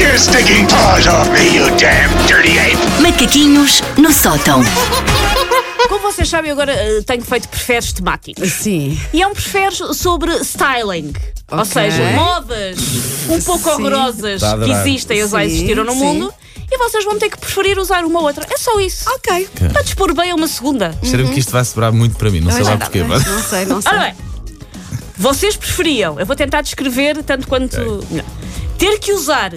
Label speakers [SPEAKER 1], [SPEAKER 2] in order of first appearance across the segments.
[SPEAKER 1] your stinking paws off me, you damn dirty ape!
[SPEAKER 2] Macaquinhos no sótão.
[SPEAKER 3] Como vocês sabem, agora eh, tenho feito preferes temáticos.
[SPEAKER 4] Sim.
[SPEAKER 3] E é um preferes sobre styling. Ou
[SPEAKER 4] Ok.
[SPEAKER 3] seja, modas um pouco
[SPEAKER 4] Sim.
[SPEAKER 3] horrorosas
[SPEAKER 5] Tá a
[SPEAKER 3] que
[SPEAKER 5] adorar.
[SPEAKER 3] existem, as já
[SPEAKER 4] Sim,
[SPEAKER 3] existiram no
[SPEAKER 4] sim.
[SPEAKER 3] mundo. E vocês vão ter que preferir usar uma ou outra. É só isso.
[SPEAKER 4] Ok.
[SPEAKER 3] Para dispor bem a uma segunda.
[SPEAKER 5] Cheira-me que isto vai sobrar muito para mim, não sei lá porquê.
[SPEAKER 4] Uhum. Não é?
[SPEAKER 5] mas-
[SPEAKER 4] sei, não sei.
[SPEAKER 3] Ora bem, vocês preferiam, eu vou tentar descrever tanto quanto.
[SPEAKER 5] Ok.
[SPEAKER 3] Não. Ter que usar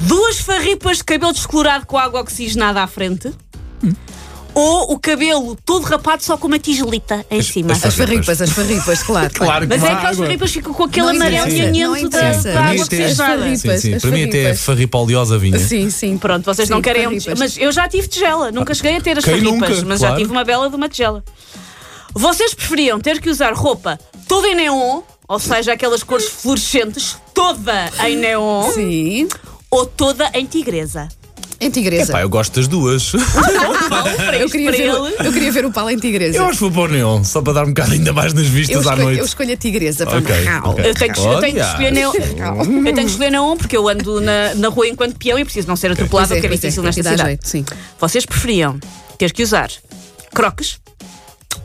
[SPEAKER 3] duas farripas de cabelo descolorado com água oxigenada à frente.
[SPEAKER 5] Hum.
[SPEAKER 3] Ou o cabelo todo rapado só com uma tigelita em cima.
[SPEAKER 5] as
[SPEAKER 4] As farripas, as farripas, claro.
[SPEAKER 5] Claro que
[SPEAKER 3] Mas
[SPEAKER 5] não
[SPEAKER 3] é
[SPEAKER 5] há
[SPEAKER 3] que as
[SPEAKER 5] água.
[SPEAKER 3] farripas ficam com aquele
[SPEAKER 4] Não
[SPEAKER 3] amarelo
[SPEAKER 4] interessa,
[SPEAKER 3] nhanhento
[SPEAKER 4] não
[SPEAKER 3] da,
[SPEAKER 4] interessa.
[SPEAKER 3] da
[SPEAKER 5] Para
[SPEAKER 3] água
[SPEAKER 5] mim até as
[SPEAKER 3] oxigenada.
[SPEAKER 4] farripas.
[SPEAKER 5] Sim, sim.
[SPEAKER 4] as Assim.
[SPEAKER 5] Para mim até é
[SPEAKER 4] farripas.
[SPEAKER 5] farripa oleosa vinha.
[SPEAKER 4] Sim, sim.
[SPEAKER 3] Pronto, vocês
[SPEAKER 4] Sim,
[SPEAKER 3] não querem. um
[SPEAKER 4] farripas.
[SPEAKER 3] Mas eu já tive tigela, nunca cheguei a ter as
[SPEAKER 5] Quem
[SPEAKER 3] farripas,
[SPEAKER 5] nunca?
[SPEAKER 3] mas já
[SPEAKER 5] Claro.
[SPEAKER 3] tive uma bela de uma tigela. Vocês preferiam ter que usar roupa toda em neon, ou seja, aquelas cores fluorescentes, toda em neon,
[SPEAKER 4] Sim.
[SPEAKER 3] ou toda em tigresa?
[SPEAKER 4] Em tigresa.
[SPEAKER 5] Pá, eu gosto das duas.
[SPEAKER 4] eu, queria
[SPEAKER 3] para
[SPEAKER 4] ver, o-
[SPEAKER 3] ele.
[SPEAKER 4] eu queria ver o pau em tigresa.
[SPEAKER 5] Eu acho que vou para o neon, só para dar um bocado ainda mais nas
[SPEAKER 4] Eu
[SPEAKER 5] vistas à
[SPEAKER 4] escolho, eu
[SPEAKER 5] noite.
[SPEAKER 4] escolho a tigresa. para
[SPEAKER 5] Ok,
[SPEAKER 4] Rau.
[SPEAKER 5] ok.
[SPEAKER 3] Eu tenho, que, eu tenho que
[SPEAKER 5] Olha.
[SPEAKER 3] escolher neon. Eu tenho que escolher neon porque eu ando na, na rua enquanto peão e preciso não ser atropelado,
[SPEAKER 4] Pois
[SPEAKER 3] porque é,
[SPEAKER 4] pois
[SPEAKER 3] difícil
[SPEAKER 4] tem que
[SPEAKER 3] nesta
[SPEAKER 4] dar
[SPEAKER 3] cidade.
[SPEAKER 4] jeito, sim.
[SPEAKER 3] Vocês preferiam ter que usar croques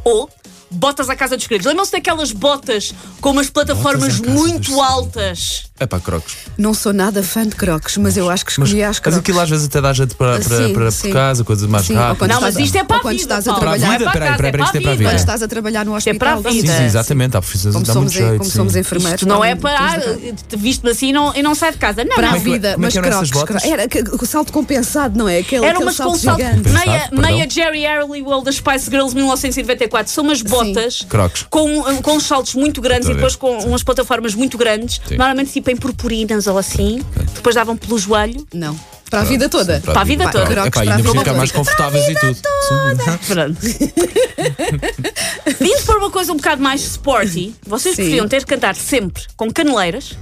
[SPEAKER 3] ou botas à casa dos gregos? Lembram-se daquelas botas com umas plataformas
[SPEAKER 5] à casa dos
[SPEAKER 3] muito
[SPEAKER 5] gregos.
[SPEAKER 3] altas?
[SPEAKER 5] É pá, crocos.
[SPEAKER 4] Não sou nada fã de croques, mas eu acho que
[SPEAKER 5] Mas,
[SPEAKER 4] escolhi as
[SPEAKER 5] mas
[SPEAKER 4] croques.
[SPEAKER 5] aquilo às vezes até dá jeito para, para,
[SPEAKER 4] Sim,
[SPEAKER 5] para
[SPEAKER 4] sim.
[SPEAKER 5] por casa, coisas mais
[SPEAKER 4] Sim, ou
[SPEAKER 5] rápidas.
[SPEAKER 4] quando
[SPEAKER 3] Não, mas
[SPEAKER 4] estás-
[SPEAKER 3] isto é para a
[SPEAKER 4] ou quando
[SPEAKER 3] vida,
[SPEAKER 4] estás a
[SPEAKER 3] Paulo.
[SPEAKER 4] trabalhar.
[SPEAKER 3] Não é
[SPEAKER 5] Para a vida,
[SPEAKER 3] casa,
[SPEAKER 5] peraí, peraí, isto é para a
[SPEAKER 4] Quando
[SPEAKER 5] vida.
[SPEAKER 4] estás a trabalhar no
[SPEAKER 3] é
[SPEAKER 4] hospital.
[SPEAKER 3] para a
[SPEAKER 4] dá-me
[SPEAKER 5] Sim,
[SPEAKER 3] vida.
[SPEAKER 5] sim,
[SPEAKER 4] jeito.
[SPEAKER 5] exatamente. Há profissões
[SPEAKER 4] assim. Como
[SPEAKER 5] que dá muito
[SPEAKER 4] somos,
[SPEAKER 5] jeito.
[SPEAKER 4] como
[SPEAKER 5] sim.
[SPEAKER 4] somos enfermeiros.
[SPEAKER 3] Isto não é
[SPEAKER 4] dá-me-
[SPEAKER 3] para ah, viste-me assim e não, e não sai de casa. Não,
[SPEAKER 4] Para a
[SPEAKER 3] não.
[SPEAKER 5] é que-
[SPEAKER 4] vida,
[SPEAKER 5] como é
[SPEAKER 4] mas
[SPEAKER 5] que eram essas
[SPEAKER 4] croques.
[SPEAKER 5] botas?
[SPEAKER 4] croques. Era que- o salto compensado, não é? Aquele,
[SPEAKER 3] Era
[SPEAKER 4] aquele
[SPEAKER 3] umas com
[SPEAKER 4] salto
[SPEAKER 3] salto
[SPEAKER 4] gigante.
[SPEAKER 5] Compensado,
[SPEAKER 3] meia,
[SPEAKER 5] perdão.
[SPEAKER 3] meia Jerry Halliwell das Spice Girls 1994. São umas botas
[SPEAKER 5] Crocs.
[SPEAKER 3] com, com uns saltos muito grandes
[SPEAKER 5] Estou
[SPEAKER 3] e
[SPEAKER 5] a
[SPEAKER 3] depois
[SPEAKER 5] ver.
[SPEAKER 3] com umas plataformas muito grandes.
[SPEAKER 5] Sim.
[SPEAKER 3] Normalmente tipo em purpurinas ou assim. Depois davam pelo joelho.
[SPEAKER 4] Não. Para a vida toda.
[SPEAKER 5] Sim,
[SPEAKER 3] Para a vida toda.
[SPEAKER 5] É
[SPEAKER 4] Crocs
[SPEAKER 5] pá,
[SPEAKER 4] para a
[SPEAKER 5] ainda por
[SPEAKER 4] vida
[SPEAKER 5] ficar
[SPEAKER 4] toda.
[SPEAKER 5] mais confortáveis e tudo. Sim.
[SPEAKER 3] Pronto. Vindo para uma coisa um bocado mais sporty, vocês
[SPEAKER 4] Sim.
[SPEAKER 3] preferiam ter que andar sempre com caneleiras,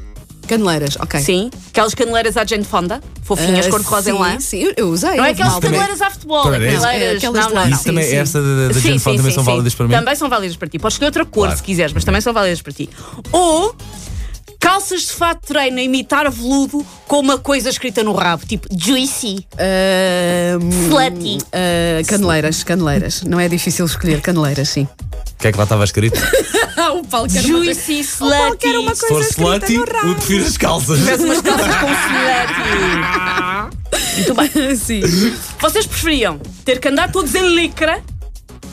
[SPEAKER 4] Caneleiras, ok.
[SPEAKER 3] sim, aquelas caneleiras à gente fonda, fofinhas,
[SPEAKER 4] Ah,
[SPEAKER 3] cor-de-rosa em
[SPEAKER 4] sim,
[SPEAKER 3] lã.
[SPEAKER 4] Sim, eu- eu usei.
[SPEAKER 3] Não é
[SPEAKER 4] houve
[SPEAKER 3] aquelas
[SPEAKER 4] malta.
[SPEAKER 3] caneleiras a futebol,
[SPEAKER 5] Também.
[SPEAKER 3] é caneleiras.
[SPEAKER 4] Aquelas
[SPEAKER 3] Não,
[SPEAKER 4] de
[SPEAKER 3] não,
[SPEAKER 4] lã.
[SPEAKER 3] não.
[SPEAKER 5] Isso também,
[SPEAKER 4] sim.
[SPEAKER 5] esta da, da
[SPEAKER 3] Sim,
[SPEAKER 5] gente fala
[SPEAKER 3] sim,
[SPEAKER 5] também
[SPEAKER 3] sim,
[SPEAKER 5] são
[SPEAKER 3] sim.
[SPEAKER 5] válidas para mim.
[SPEAKER 3] Também são válidas para ti. Podes escolher outra cor
[SPEAKER 5] Claro.
[SPEAKER 3] se quiseres, mas também são válidas para ti. Ou calças de fato de treino a imitar veludo com uma coisa escrita no rabo, tipo juicy,
[SPEAKER 4] Ahm,
[SPEAKER 3] slutty.
[SPEAKER 4] ah, caneleiras, caneleiras. Não é difícil escolher caneleiras, sim.
[SPEAKER 5] O que é que lá estava escrito? Se
[SPEAKER 4] Ah, o Paulo quer
[SPEAKER 3] Juicy, slutty.
[SPEAKER 5] for slutty, eu prefiro as calças.
[SPEAKER 3] Parece umas calças com slutty. Muito bem.
[SPEAKER 4] sim.
[SPEAKER 3] Vocês preferiam ter que andar todos em licra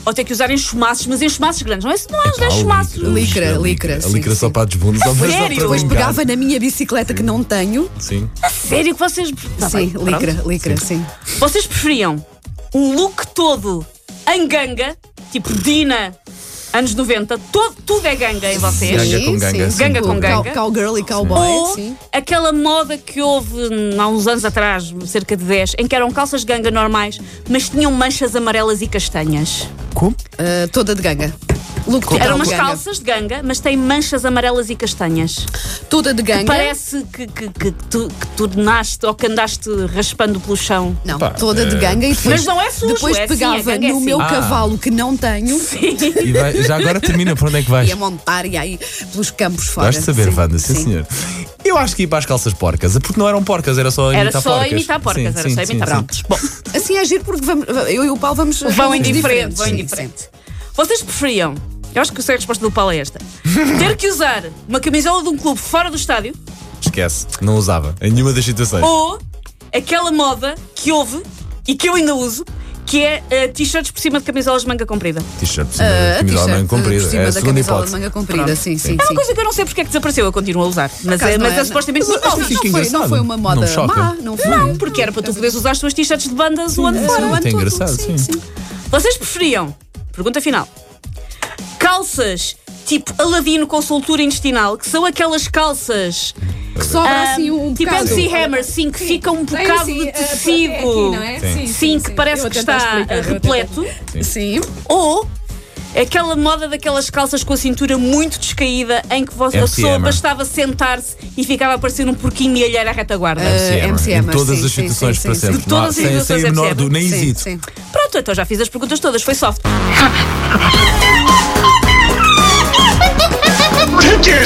[SPEAKER 3] ou ter que usar enxumaços, mas enxumaços grandes? Não é, não é,
[SPEAKER 5] É pá,
[SPEAKER 3] é enxumaços.
[SPEAKER 5] o
[SPEAKER 4] Licra,
[SPEAKER 5] o
[SPEAKER 4] licra,
[SPEAKER 5] A
[SPEAKER 4] sim,
[SPEAKER 5] licra só
[SPEAKER 4] sim.
[SPEAKER 5] para desbundos, só para
[SPEAKER 3] sério?
[SPEAKER 4] Depois
[SPEAKER 5] brincar.
[SPEAKER 4] pegava na minha bicicleta que não tenho.
[SPEAKER 5] Sim.
[SPEAKER 3] Sério que vocês. Tá
[SPEAKER 4] Sim,
[SPEAKER 3] bem, pronto.
[SPEAKER 4] licra, licra, sim.
[SPEAKER 3] Vocês preferiam um look todo em ganga, tipo Dina, anos 90, todo, tudo é ganga em vocês?
[SPEAKER 5] Ganga com ganga, sim.
[SPEAKER 3] Ganga com
[SPEAKER 4] Cow-
[SPEAKER 3] ganga.
[SPEAKER 4] Cowgirl e cowboy,
[SPEAKER 3] Ou
[SPEAKER 4] sim.
[SPEAKER 3] aquela moda que houve hum, há uns anos atrás, cerca de 10, em que eram calças de ganga normais, mas tinham manchas amarelas e castanhas.
[SPEAKER 5] Como?
[SPEAKER 4] Ah, toda de ganga. Look total
[SPEAKER 3] eram
[SPEAKER 4] de
[SPEAKER 3] umas
[SPEAKER 4] ganga.
[SPEAKER 3] calças de ganga, mas têm manchas amarelas e castanhas.
[SPEAKER 4] Toda de ganga.
[SPEAKER 3] Parece que, que, que tu, que tu nasceste ou que andaste raspando pelo chão.
[SPEAKER 4] Não,
[SPEAKER 5] Pá,
[SPEAKER 4] toda de
[SPEAKER 5] eh,
[SPEAKER 4] ganga e depois,
[SPEAKER 3] Mas não é sujo,
[SPEAKER 4] depois
[SPEAKER 3] é assim,
[SPEAKER 4] pegava
[SPEAKER 3] a ganga é
[SPEAKER 4] no
[SPEAKER 3] assim.
[SPEAKER 4] meu
[SPEAKER 5] Ah.
[SPEAKER 4] cavalo que não tenho
[SPEAKER 5] E vai- já agora termina, para onde é que vais?
[SPEAKER 4] ia montar e aí pelos campos fora.
[SPEAKER 5] Gosto de saber,
[SPEAKER 4] Sim,
[SPEAKER 5] Wanda, sim, senhor. Eu acho que ia para as calças porcas, porque não eram porcas, era só
[SPEAKER 3] Era
[SPEAKER 5] imitar
[SPEAKER 3] só
[SPEAKER 5] porcas.
[SPEAKER 3] imitar porcas,
[SPEAKER 5] Sim,
[SPEAKER 3] era
[SPEAKER 5] sim,
[SPEAKER 3] só
[SPEAKER 5] sim,
[SPEAKER 3] imitar
[SPEAKER 5] sim.
[SPEAKER 3] porcas. Bom,
[SPEAKER 4] Assim é giro porque vamos, eu e o Paulo vamos.
[SPEAKER 3] Vão em
[SPEAKER 4] vamos
[SPEAKER 3] diferente,
[SPEAKER 4] diferentes.
[SPEAKER 3] vão em
[SPEAKER 4] Sim,
[SPEAKER 3] diferente. Vocês preferiam, eu acho que eu sei a resposta do Paulo é esta, ter que usar uma camisola de um clube fora do estádio
[SPEAKER 5] Esquece, não usava em nenhuma das situações.
[SPEAKER 4] Oh,
[SPEAKER 3] ou aquela moda que houve e que eu ainda uso, que é eh, t-shirts por cima de camisolas de manga comprida.
[SPEAKER 5] T-shirt por cima
[SPEAKER 4] Ah,
[SPEAKER 5] da camisola
[SPEAKER 4] t-shirt
[SPEAKER 5] de manga
[SPEAKER 4] por
[SPEAKER 5] comprida.
[SPEAKER 4] cima
[SPEAKER 5] É a
[SPEAKER 4] da
[SPEAKER 5] segunda
[SPEAKER 4] camisola de
[SPEAKER 5] hipótese.
[SPEAKER 4] manga comprida,
[SPEAKER 5] Pronto.
[SPEAKER 4] sim, sim,
[SPEAKER 3] É uma
[SPEAKER 4] sim.
[SPEAKER 3] coisa que eu não sei porque é que desapareceu, eu continuo a usar. Mas,
[SPEAKER 4] acaso
[SPEAKER 3] é,
[SPEAKER 4] não
[SPEAKER 3] mas
[SPEAKER 4] é,
[SPEAKER 3] é supostamente muito
[SPEAKER 5] Mas acho
[SPEAKER 3] mal.
[SPEAKER 5] que
[SPEAKER 4] Não
[SPEAKER 5] isto é
[SPEAKER 4] foi, não
[SPEAKER 5] engraçado.
[SPEAKER 4] foi uma moda
[SPEAKER 5] Não choca.
[SPEAKER 4] má, não foi?
[SPEAKER 3] Não, porque era para tu poderes usar as tuas t-shirts de bandas o ano
[SPEAKER 4] Sim,
[SPEAKER 3] fora.
[SPEAKER 4] o ano
[SPEAKER 5] Até
[SPEAKER 4] todo,
[SPEAKER 5] engraçado, sim.
[SPEAKER 3] Vocês preferiam, pergunta final, calças tipo Aladino com soltura intestinal, que são aquelas calças
[SPEAKER 4] Que
[SPEAKER 5] é.
[SPEAKER 4] sobra assim um
[SPEAKER 3] tipo
[SPEAKER 4] bocado.
[SPEAKER 3] MC Hammer, sim, que fica um
[SPEAKER 6] Tem,
[SPEAKER 3] bocado
[SPEAKER 6] sim,
[SPEAKER 3] de
[SPEAKER 6] eh, é aqui,
[SPEAKER 3] tecido,
[SPEAKER 6] não é?
[SPEAKER 5] Sim.
[SPEAKER 6] Sim,
[SPEAKER 3] sim, que parece
[SPEAKER 4] vou
[SPEAKER 3] que
[SPEAKER 4] tentar
[SPEAKER 3] está
[SPEAKER 4] explicar,
[SPEAKER 3] eh,
[SPEAKER 4] eu vou
[SPEAKER 3] repleto,
[SPEAKER 4] Sim,
[SPEAKER 3] ou aquela moda daquelas calças com a cintura muito descaída, em que vo- a
[SPEAKER 5] MC
[SPEAKER 3] pessoa
[SPEAKER 5] Hammer.
[SPEAKER 3] bastava sentar-se e ficava a parecer um porquinho e alheira à retaguarda.
[SPEAKER 4] eh,
[SPEAKER 5] MCM.
[SPEAKER 4] MCM,
[SPEAKER 5] Em todas
[SPEAKER 4] sim,
[SPEAKER 5] as
[SPEAKER 4] sim,
[SPEAKER 5] situações
[SPEAKER 4] sim,
[SPEAKER 5] para
[SPEAKER 4] sim,
[SPEAKER 5] sempre.
[SPEAKER 4] sim.
[SPEAKER 5] Não há-
[SPEAKER 3] Todas as
[SPEAKER 5] sem, sem
[SPEAKER 3] situações
[SPEAKER 5] o menor
[SPEAKER 3] MCM.
[SPEAKER 5] do, nem
[SPEAKER 4] sim,
[SPEAKER 5] hesito.
[SPEAKER 4] sim.
[SPEAKER 3] Pronto, então já fiz as perguntas todas, foi soft.
[SPEAKER 1] Take your